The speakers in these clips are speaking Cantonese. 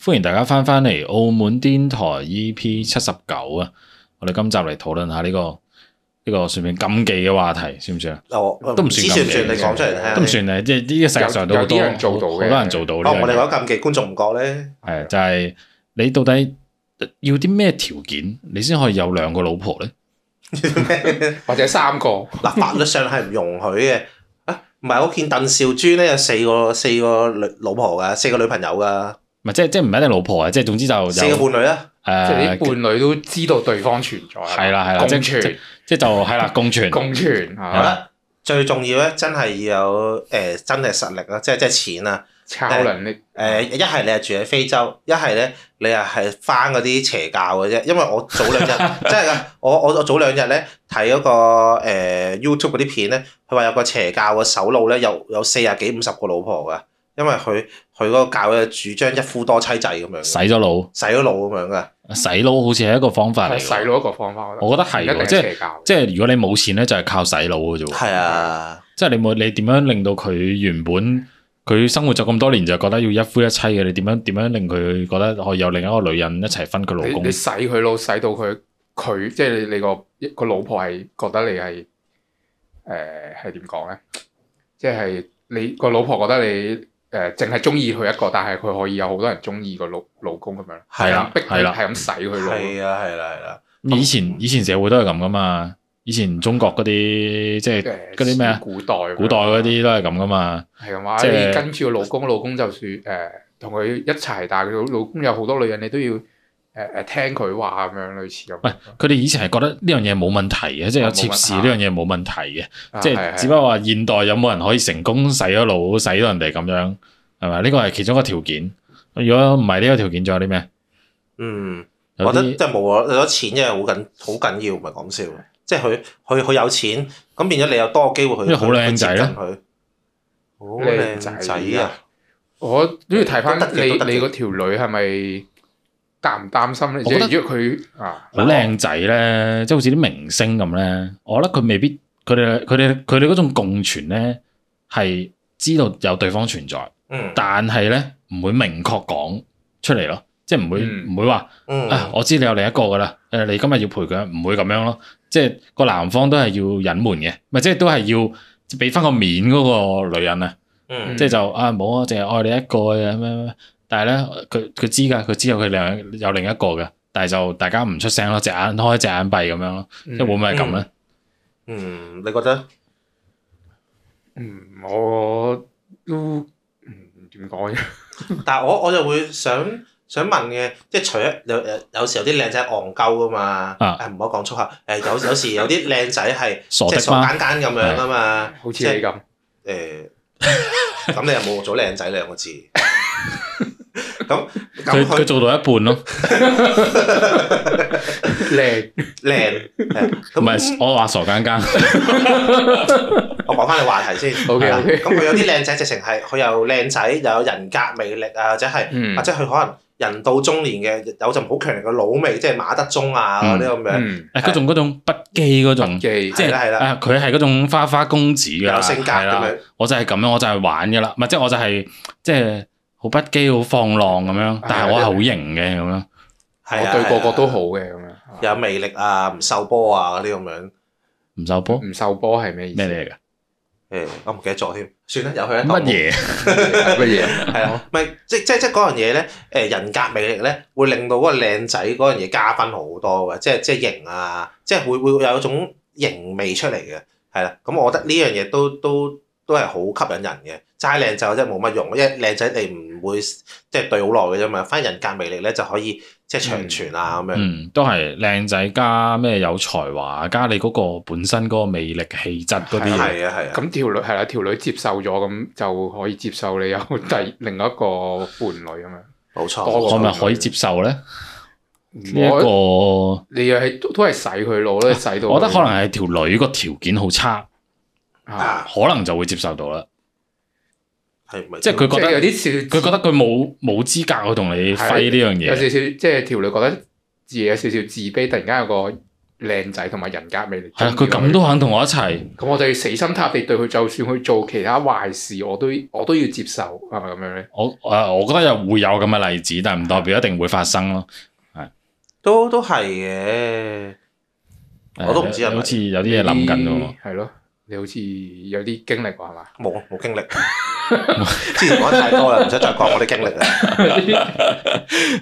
歡迎大家翻返嚟澳門電台 EP 七十九啊！我哋今集嚟討論下呢、個呢、個算唔算禁忌嘅話題，算唔算啊？嗱，我都唔算知算唔禁忌算？你講出嚟聽下。都唔算咧，即係呢個世界上都好多有有啲人做到嘅好多人做到呢哦，我哋樣嘢。講禁忌，觀眾唔覺咧。係就係你到底要啲咩條件，你先可以有兩個老婆咧？或者三個， 嗱，法律上係唔容許嘅。啊，唔係，我見鄧兆尊咧有四個四個女老婆㗎，四個女朋友㗎，唔係即係即係唔一定老婆啊！即係總之就有四個誒，伴侶啊啦。即係啲伴侶都知道對方存在，啊係啦係啦，共即係存即即係就係啦，共存共存好啊，啦，最重要咧，真係要有誒真係實力啦，即係即係錢啊。超能力誒，呃一係你係住喺非洲，一係咧你又係翻嗰啲邪教嘅啫。因為我早兩 日真係㗎，我我我早兩日咧睇嗰個誒 YouTube 嗰啲片咧，佢話有個邪教嘅首腦咧，有有四廿幾五十個老婆㗎，因為佢佢嗰個教嘅主張一夫多妻制咁樣洗嘅，咗腦，洗咗腦咁樣㗎。洗腦好似係一個方法嚟係㗎。細佬一個方法，我覺得係一定喎，係即係邪教。即係如果你冇錢咧，就係靠洗腦嘅啫喎。係啊，即係你冇你點樣令到佢原本佢生活咗咁多年就覺得要一夫一妻嘅，你點樣點樣令佢覺得可以有另一個女人一齊分佢老你公你？洗佢腦，洗到佢佢即係你你個一個老婆係覺得你係誒係點講咧？即係你個老婆覺得你誒淨係中意佢一個，但係佢可以有好多人中意個老老公咁樣，係啦逼係佢啦係咁洗佢腦，係啊，係啦，係啦。以前以前社會都係咁噶嘛，以前中國嗰啲即係誒嗰啲咩啊古代咁樣古代嗰啲都係咁噶嘛，係咁話，即係你跟住個老公，老公就算誒同佢一齊，但係佢老公有好多女人，你都要誒誒聽佢話咁樣，類似咁。喂佢哋以前係覺得呢樣嘢冇問題嘅，即係有啊冇問妾侍呢樣嘢冇問題嘅，啊即係係係只不過話現代有冇人可以成功洗咗腦洗到人哋咁樣係咪？呢個係其中一個條件。如果唔係呢個條件，仲有啲咩？嗯，有我覺得啲即係冇啊，有咗錢真係好緊好緊要，唔係講笑。即係佢佢佢有錢，咁變咗你有多個機會因去為好靚仔啦去接近佢。好靚仔啊！！我都要睇翻都得嘅你都得嘅你嗰條女係咪擔唔擔心咧？我覺即得係如果佢啊，好靚仔咧，即係好似啲明星咁咧，我覺得佢未必佢哋佢哋佢哋嗰種共存咧，係知道有對方存在，嗯但係咧唔會明確講出嚟咯，即係唔會唔、嗯會話啊，嗯，我知你有另一個噶啦，誒你今日要陪佢，唔會咁樣咯，即係個男方都係要隱瞞嘅，咪即係都係要俾翻個面嗰個女人啊。嗯即係就啊冇啊，淨係愛你一個嘅咩咩，但係咧佢佢知㗎，佢知道佢另有另一個嘅，但係就大家唔出聲咯，隻眼開隻眼閉咁樣咯，即嗯係會唔會係咁咧？嗯，你覺得？嗯，我都嗯點講咧？但係我我就會想想問嘅，即係除咗有有有時有啲靚仔戇鳩噶嘛，啊誒唔好講粗口，誒有有時有啲靚仔 係傻即係的傻嗎？簡簡咁樣啊嘛，好似你咁，誒，咁你又冇咗靚仔兩個字， 咁佢咁佢佢做到一半咯，唔靚，誒靚係咁我話傻更更，我講翻你話題先 OK，係啦 OK 咁佢有啲靚仔直情係佢又靚仔又有人格魅力啊，或者係嗯或者佢可能人到中年嘅有陣好強烈嘅老味，即係馬德鐘啊嗰啲咁樣，嗯誒嗰種嗰種不羈嗰種，嘅即係啦係係啦啊佢係嗰種花花公子㗎又啦，嗯有性格係咁啦，樣，我就係咁樣，我就係玩㗎啦，唔係即係我就係即係好不羈好放浪咁樣，但係我係好型嘅咁樣。係我啊，對個個都係啊好嘅咁樣，有魅力啊，唔受波啊嗰啲咁樣，唔受波唔受波係咩意思？咩嚟㗎？誒我唔記得咗添，算啦，由佢啦，乜嘢？乜嘢？係哦啊，唔係即即即嗰樣嘢咧，誒人格魅力咧，會令到嗰個靚仔嗰樣嘢加分好多嘅，即係即係型啊，即係會會有一種型味出嚟嘅，係啦。咁我覺得呢樣嘢都都都係好吸引人嘅，齋靚仔真係冇乜用，因為靚仔你唔會即係對好耐嘅啫嘛，反而人格魅力咧就可以即係長存啊咁樣。嗯，都係靚仔加咩有才華，加你嗰個本身嗰個魅力氣質嗰啲嘢，嗯係啊係啊，咁條女係啦，條女接受咗，咁就可以接受你有嗯第另一個伴侶咁樣。冇錯。多我過咪可以接受咧？呢一個，我我你又係都都係洗佢腦咧，洗到佢。覺得可能係條女個條件好差，啊，啊，可能就會接受到啦。係咪？即係即佢覺係得有啲少，佢覺得佢冇冇資格去同你揮呢樣有少嘢，少，即係條女覺得自己有少少自卑，突然間有個靚仔同埋人格魅力。係啦，啊佢咁都肯同我一齊，咁我就要死心塌地對佢，就算佢做其他壞事，我都我都要接受，係咪咁樣咧？我誒我覺得又會有咁嘅例子，但唔代表一定會發生咯。都都係嘅。我都唔知係誒咪好似有啲嘢諗緊喎。，係咯，你好似有啲經歷喎，係嘛？冇冇經歷，之前講得太多啦，唔使再講我啲經歷啦。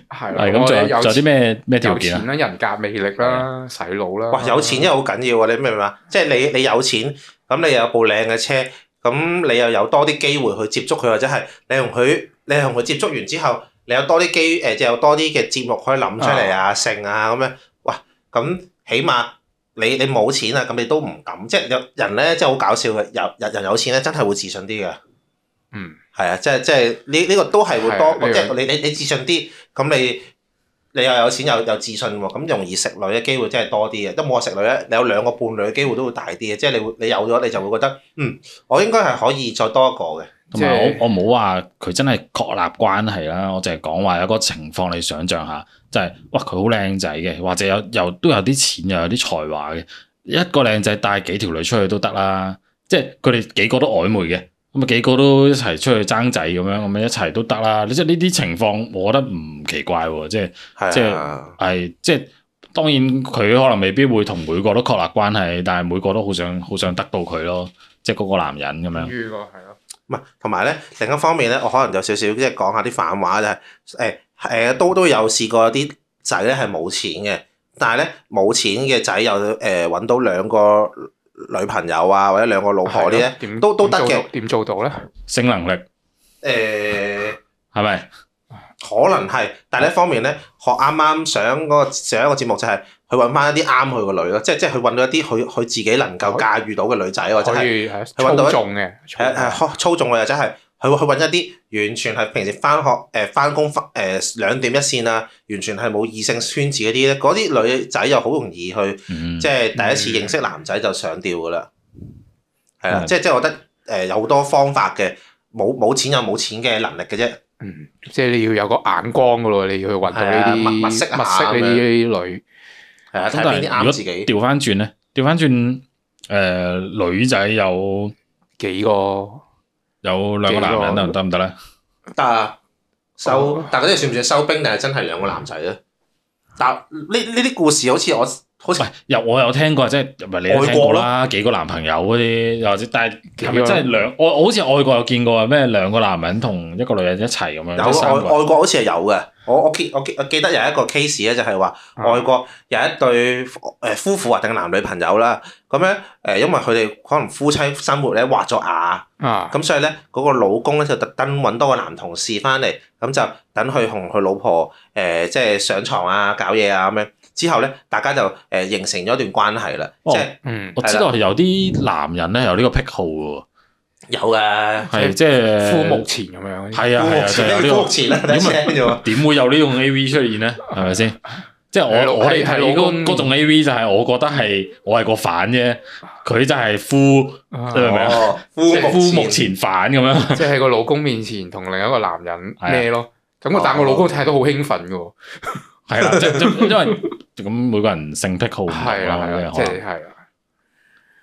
係啦係咁，我仲有有仲有啲咩咩條有件啊啊錢？啦，人格魅力啦，洗腦啦。哇，有錢真係好緊要啊！你明唔明啊？即係你你有錢，咁你又有部靚嘅車，咁你又有多啲機會去接觸佢，或者係你同佢你同佢接觸完之後，你有多啲機誒，即係有多啲嘅節目可以諗出嚟啊、性啊咁樣。哇，咁起碼你你冇錢啊，咁你都唔敢，即係有人咧，真係好搞笑嘅，有人人有錢咧，真係會自信啲嘅。嗯，係啊，即係即係呢呢個都係會係啊呢多，樣即係你你你自信啲，咁你你又有錢又又自信喎，咁容易食女嘅機會真係多啲嘅。都冇話食女咧，你有兩個伴侶嘅機會都會大啲嘅，即係你會你有咗你就會覺得，嗯，我應該係可以再多一個嘅。同埋即係我我冇話佢真係確立關係啦，我淨係講話有個情況你想象下，就係、哇佢好靚仔嘅，或者有又都有啲錢又有啲才華嘅，一個靚仔帶幾條女出去都得啦，即係佢哋幾個都曖昧嘅，咁啊幾個都一齊出去爭仔咁樣，咁啊樣一齊都得啦。即係呢啲情況，我覺得唔奇怪喎，即係。即係係啊。係即係當然佢可能未必會同每個都確立關係，但係每個都好想好想得到佢咯，即係嗰個男人咁樣。於個係咯，唔係，同埋咧，另一方面咧，我可能有少少即係講下啲反話就係誒誒，都都有試過有啲仔咧係冇錢嘅，但係咧冇錢嘅仔又誒揾到兩個女朋友啊，或者兩個老婆啲咧，咧都都得嘅。點做到咧？性能力誒、係咪？可能係，但係呢一方面咧，學啱啱上嗰個上一個節目就係佢揾翻一啲啱佢個女咯，即係即係佢揾到一啲佢佢自己能夠駕馭到嘅女仔，或者可係以係啊操搵到一啊縱嘅，操啊誒誒縱呃操操縱嘅，或者係佢佢揾一啲完全係平時翻學誒翻工翻誒兩點一線啊，完全係冇異性圈子嗰啲咧，嗰啲女仔又好容易去。嗯即，係第一次嗯認識男仔就上吊噶啦，係啊，嗯即係即係我覺得誒、呃有好多方法嘅，冇冇錢有冇錢嘅能力嘅啫，嗯，即係你要有個眼光噶咯，你要去揾到呢係啊啲物物色下物色呢啲女，係啊，咁睇但邊係啲如果啱自己，調翻轉咧，調翻轉誒女仔有幾個有兩個男人啊得唔得唔得咧？得啊，收哦，但係嗰啲算唔算收兵定係真係兩個男仔咧？但呢呢啲故事好似我好似喂，有我有聽過，即係唔係你都聽過啦？幾個男朋友嗰啲，又或者但係係咪真係兩？我我好似外國有見過咩兩個男人同一個女人一齊咁樣，有即啊係三外個人外國好似係有嘅，我我記我記我記得有一個 case 啊咧，就係話。啊外國有一對誒夫婦或定男女朋友啦，咁咧誒，因為佢哋可能夫妻生活咧滑咗牙，啊，咁所以咧嗰個老公咧就特登揾多個男同事翻嚟，咁就等佢同佢老婆誒、即係上床啊、搞嘢啊咁樣。之後咧，大家就誒、形成咗一段關係啦，哦即係嗯，我知道有啲男人咧有呢個癖好嘅有嘅喎，。係即係夫目前咁樣，係啊夫係目啊，就前有呢呢個夫個目前啦，第一次聽啫喎。點會有呢種 A V 出現咧？係咪 先？即係係我我哋睇係老嗰公嗰種 A V 就係我覺得係我係個反啫，佢就係夫啊你明唔明啊哦，夫夫目目前前反咁樣。即係喺個老公面前同另一個男人係啊咩咯？咁哦我但我老公睇到好興奮嘅喎，係啦，即即因為咁每個人性癖好唔同啊啦係啦啊係啦，有啲即人可能係係啦，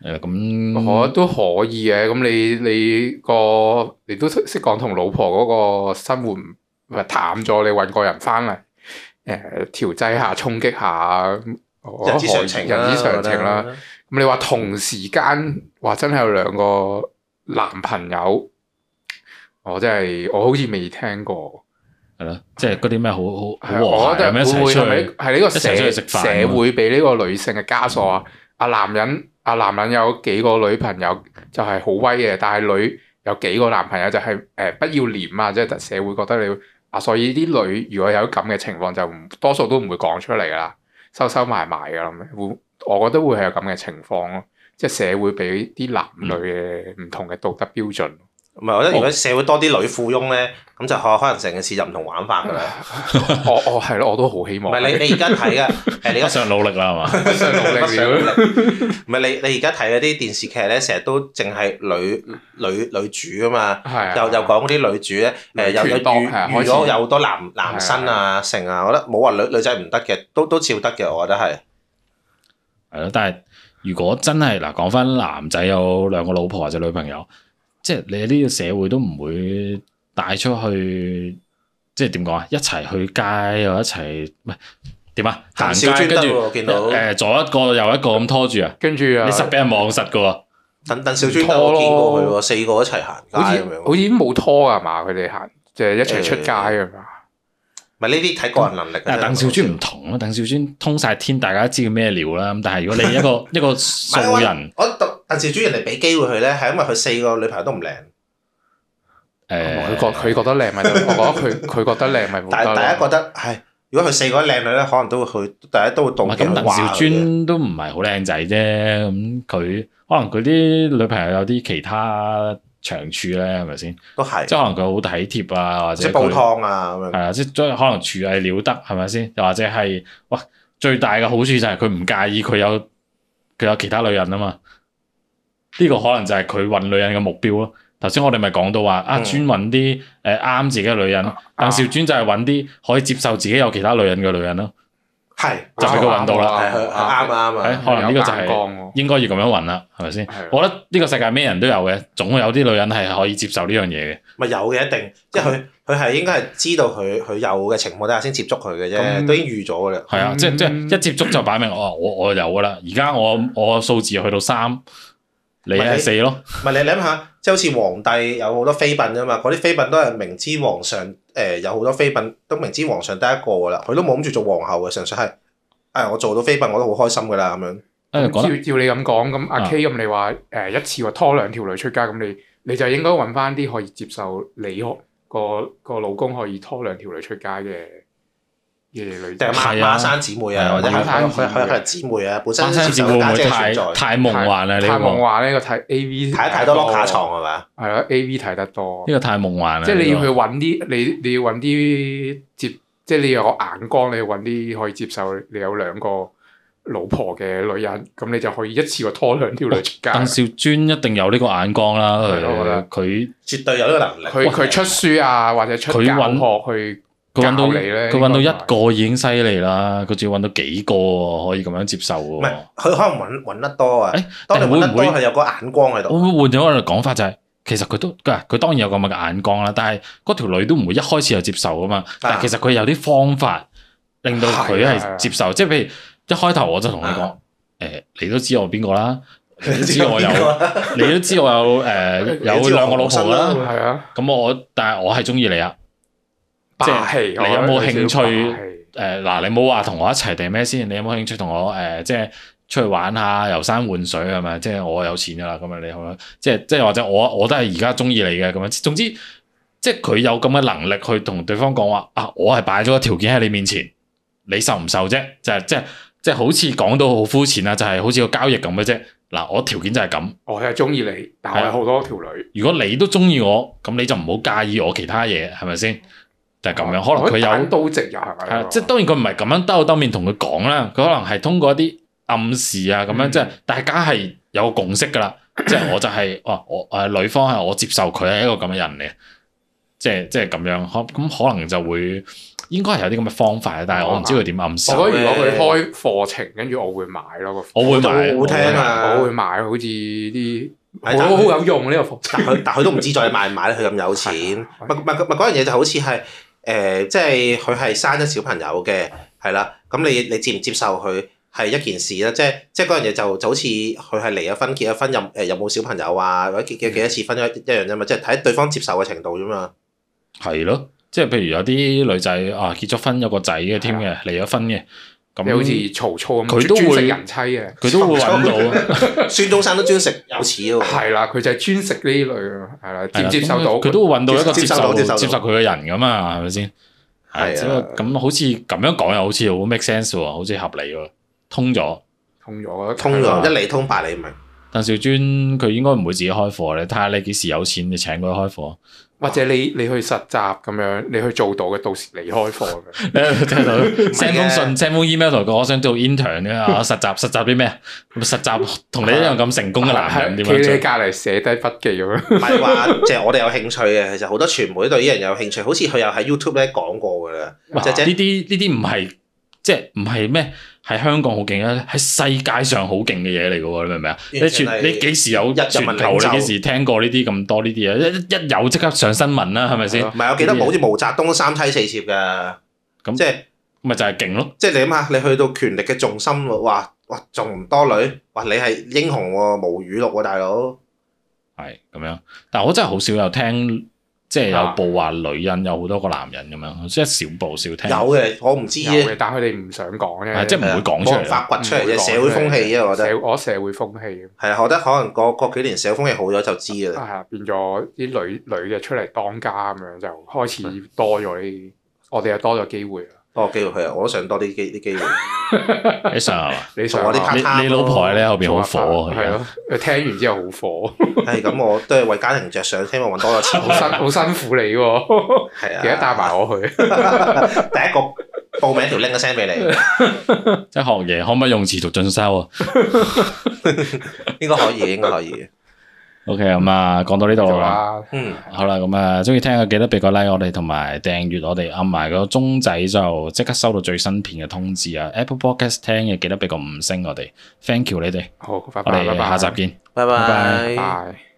誒咁我嗯都可以嘅。咁你你個你都識講同老婆嗰個生活唔係淡咗，你揾個人翻嚟誒調劑下、衝擊下，我人之我可常以情啦人之常情啦。。我覺得咁你話同時間話真係有兩個男朋友，我真係我好似未聽過。係啦，即係嗰啲咩好係好啊我好和諧覺得咁一會唔齊會係出咪去，係呢個一齊出社去食飯啊咁社會俾呢個女性嘅枷鎖啊？啊男人啊男人有幾個女朋友就係好威嘅，但係女有幾個男朋友就係、誒、不要臉啊！即係社會覺得你啊，所以啲女如果有咁嘅情況就唔多數都唔會講出嚟㗎啦，收收埋埋㗎啦，會我覺得會係有咁嘅情況咯。即係社會俾啲男女嗯嘅唔同嘅道德標準，唔係，我覺得如果社會多啲女富翁咧，咁就可可能成件事就唔同玩法㗎啦。我我係咯，我都好希唔望係你你而家睇 嘅，誒你加而家上努力啦係嘛？不想努力了唔係你你而家睇嗰啲電視劇咧，成日都淨係女女女主噶嘛，係啊又又講嗰啲女主咧，誒女又權又多遇係啊遇開始咗有好多男男生啊、性啊，我覺得冇話女女仔唔得嘅，都都照得嘅，我覺得係。係咯。但係如果真係嗱，講翻男仔有兩個老婆或者女朋友，即係你喺呢個社會都唔會帶出去，即係點講啊？一齊去街又一齊唔係點啊？行行少街專跟登住喎，見到誒左一個右一個咁拖住啊！跟住啊你，實俾人望實噶喎，鄧鄧小專登我見過佢喎，四個一齊行街好似咁樣。好似冇拖啊嘛，佢哋行即係一齊出街啊嘛。唔係呢啲睇個 人能力嘅啫。啊但係鄧小專唔同啊！鄧小專通晒天，大家都知佢咩料啦。咁但係如果你一個 一個唔素係我人，我鄧鄧小專人哋俾機會佢咧，係因為佢四個女朋友都唔靚，誒佢覺佢覺得靚 咪得，我覺得佢佢覺得靚咪冇但係得大家咯。覺得係，如果佢四個靚女咧，可能都會去，大家都會唔係妒咁，忌佢鄧話兆佢嘅。尊都唔係好靚仔啫。咁佢可能佢啲女朋友有啲其他長處咧，係咪先？都係即係可能佢好體貼啊，或即者係煲佢湯啊咁係樣。啊，即係將可能廚藝了得，係咪先？又或者係哇，最大嘅好處就係佢唔介意佢有佢有其他女人啊嘛。呢、個可能就係佢揾女人嘅目標咯。頭先我哋咪講到話啊，嗯啊專揾啲誒啱自己嘅女人，鄧兆尊就係揾啲可以接受自己有其他女人嘅女人咯。係就俾佢搵到啦係佢啱啊啱係啊！可能呢個就係有眼光喎應該要咁樣揾啦，係咪先？係啊我覺得呢個世界咩人都有嘅，總有啲女人係可以接受呢樣嘢嘅。咪有嘅一定，即係佢佢係應該係知道佢佢有嘅情況底下先接觸佢嘅啫，咁都已經預咗㗎啦。係啊，嗯即係即係一接觸就擺明我我我有噶啦。而家我我數字去到三，你唔係係你四咯，唔係你諗下，即係好似皇帝有好多妃嬪啫嘛，嗰啲妃嬪都係明知皇上誒、有好多妃嬪，都明知皇上得一個㗎啦，佢都冇諗住做皇后嘅，純粹係誒、哎我做到妃嬪我都好開心㗎啦咁樣。誒照哎講照得你咁講，咁啊阿 K 咁你話誒一次話拖兩條女出街，咁你你就應該揾翻啲可以接受你可個個老公可以拖兩條女出街嘅嘅女定係仔。孖係啊孖生姊妹係啊，啊或者係孖生佢姊妹佢佢係姊妹啊，本身單身接節受會唔家姐會嘅太存在，太夢幻啊啦？你太夢呢幻呢個睇 A V 睇太多碌卡床係嘛？係咯，A V 睇得多個呢，個太夢幻啦。啊即係你要去呢揾啲你你要揾啲接，即係你有個眼光，你要揾啲可以接受你有兩個老婆嘅女人，咁你就可以一次過拖兩條女出街 個。鄧兆尊一定有呢個眼光啦。係咯我覺得佢佢絕對有呢個能力。佢佢出書啊，或者出佢教揾學去佢揾到教你咧佢揾到應該一個已經犀利啦，佢仲要揾到幾個喎可以咁樣接受唔嘅係喎。佢可能揾揾得多啊誒，當你揾得但係會哦多唔會係有個眼光喺我度，會換咗我哋講法就係、其實佢都佢佢當然有咁嘅眼光啦，但係嗰條女都唔會一開始就接受噶嘛。但係其實佢有啲方法令到佢係啊啊係係啊接受，即係譬如一開頭我就同你 講，誒、你都知我邊個啦，你都知 我有，啊你都知我有誒、呃你有知我兩個老紅婆身啦啦。係啊，咁我但係我係中意你啊，即係霸氣。你有冇我覺得興趣叫霸氣誒呃嗱，你冇話同我一齊定咩先？你有冇興趣同我誒、呃即係出去玩下、遊山玩水係咪？即係我有錢噶啦，咁啊你好啦，即係即係或者我我都係而家中意你嘅咁樣。總之，即係佢有咁嘅能力去同對方講話啊，我係擺咗個條件喺你面前，你受唔受啫？就係即係即係好似講到好膚淺啦，就係、好似個交易咁嘅啫。嗱，我條件就係咁，我係中意你，但我係有啊好多條女。如果你都中意我，咁你就唔好介意我其他嘢，係咪先？就係、咁哦樣，可能佢有單。刀直入係係咪啊？即係當然佢唔係咁樣兜口兜面同佢講啦，佢可能係通過一啲暗示啊咁樣，嗯即係大家係有個共識噶啦，即係我就係、哦，我誒女方係我接受佢係一個咁嘅人嚟，即係即係咁樣，可咁可能就會應該係有啲咁嘅方法，但係我唔知佢點暗示。啊我覺得如果佢開課程，跟住我會買咯個課程。我會買，都好聽啊我會買，好似啲係好但好有用呢個服但佢但佢都唔知再買唔買佢咁有錢。咪咪咪嗰樣嘢就好似係誒，即係佢係生咗小朋友嘅，係啦。咁你你接唔接受佢係一件事啦。即係即係嗰樣嘢就就好似佢係離咗婚、結咗婚，有誒有冇小朋友啊，或者結結幾多次婚一嗯一樣啫嘛。即係睇對方接受嘅程度啫嘛。係咯，即係譬如有啲女仔啊結咗婚有個仔嘅添嘅，離咗婚嘅，你好咁似曹操咁，佢都專會食人妻嘅。佢都會揾到。啊 孫中山都專食有錢喎。係啦，佢就係專食呢類啊，係啦，係 接啦唔接受咁到？佢都會揾到一個接接受受到接受到接受佢嘅人噶嘛，係咪先？係啊係只不過咁好似咁樣講又好似好 make sense 喎，好似合理喎，通咗。通咗，通係啊咗一理通百理明。鄧兆尊佢應該唔會自己開課咧，睇下你幾時有錢，你請佢開課。或者你你去實習咁樣，你去做到嘅，到時離開課咁樣。聽到 send 封唔係嘅信，send 封 email 同佢講，我想做 intern 嘅啊，實習實習啲咩？實習同你一樣咁成功嘅男人點係樣企你做？隔離寫低筆記咁樣。唔係 話即係我哋有興趣嘅，其實好多啊傳媒對呢樣有興趣，好似佢又喺 YouTube 咧講過㗎啦。喂，姐姐呢啲呢啲唔係，即即係唔係咩？喺香港好勁啊，喺世界上好勁嘅嘢嚟嘅喎，你明唔明啊？你完全全係你幾時有人民全球？領袖你幾時聽過呢啲咁多呢啲嘢？一一一有即刻上新聞啦，係咪係先咯？唔係，我記得好似毛澤東都三妻四妾㗎，咁即係咪就係勁咯！即係你諗下，你去到權力嘅重心喎，哇哇仲唔多女，哇你係英雄喎，無語錄喎，大佬。係咁樣，但我真係好少有聽，即係有啊報話女人有好多個男人咁樣，即係少報少聽有，嘅，我唔知有啫，嘅，但佢哋唔想講係啫，啊即係唔會講出冇人嚟咯。發掘出嚟唔會嘅講社會風氣啫，啊我覺得社我社會風氣係啊，我覺得可能過過幾年社會風氣好咗就知㗎啦。啊，變咗啲女女嘅出嚟當家咁樣，就開始嗯多咗呢啲，我哋又多咗機會啦。哦，機會係啊，我都想多啲機啲機 會。你上係嘛？你想同我啲啊 partner 你你老婆喺你後邊好火啊！係係咯，佢聽完之後好火，係咁，我都係為家庭着想，希望揾多咗錢。好 辛好辛苦你喎，係啊，記得帶埋我去。第一個報名條 link 一聲俾 你，即係學嘢可唔可以用持續進修啊應該可以，應該可以。 ？OK，咁啊，講到呢度 做啦。啦，嗯，好啦，咁啊，中意聽嘅記得俾個 like 我哋，同埋訂閱我哋，按埋個鐘仔就即刻收到最新片嘅通知啊！Apple Podcast 聽嘅記得俾個五星我哋，thank you 你哋，好，拜我拜，哋拜拜，下集見。拜拜拜拜。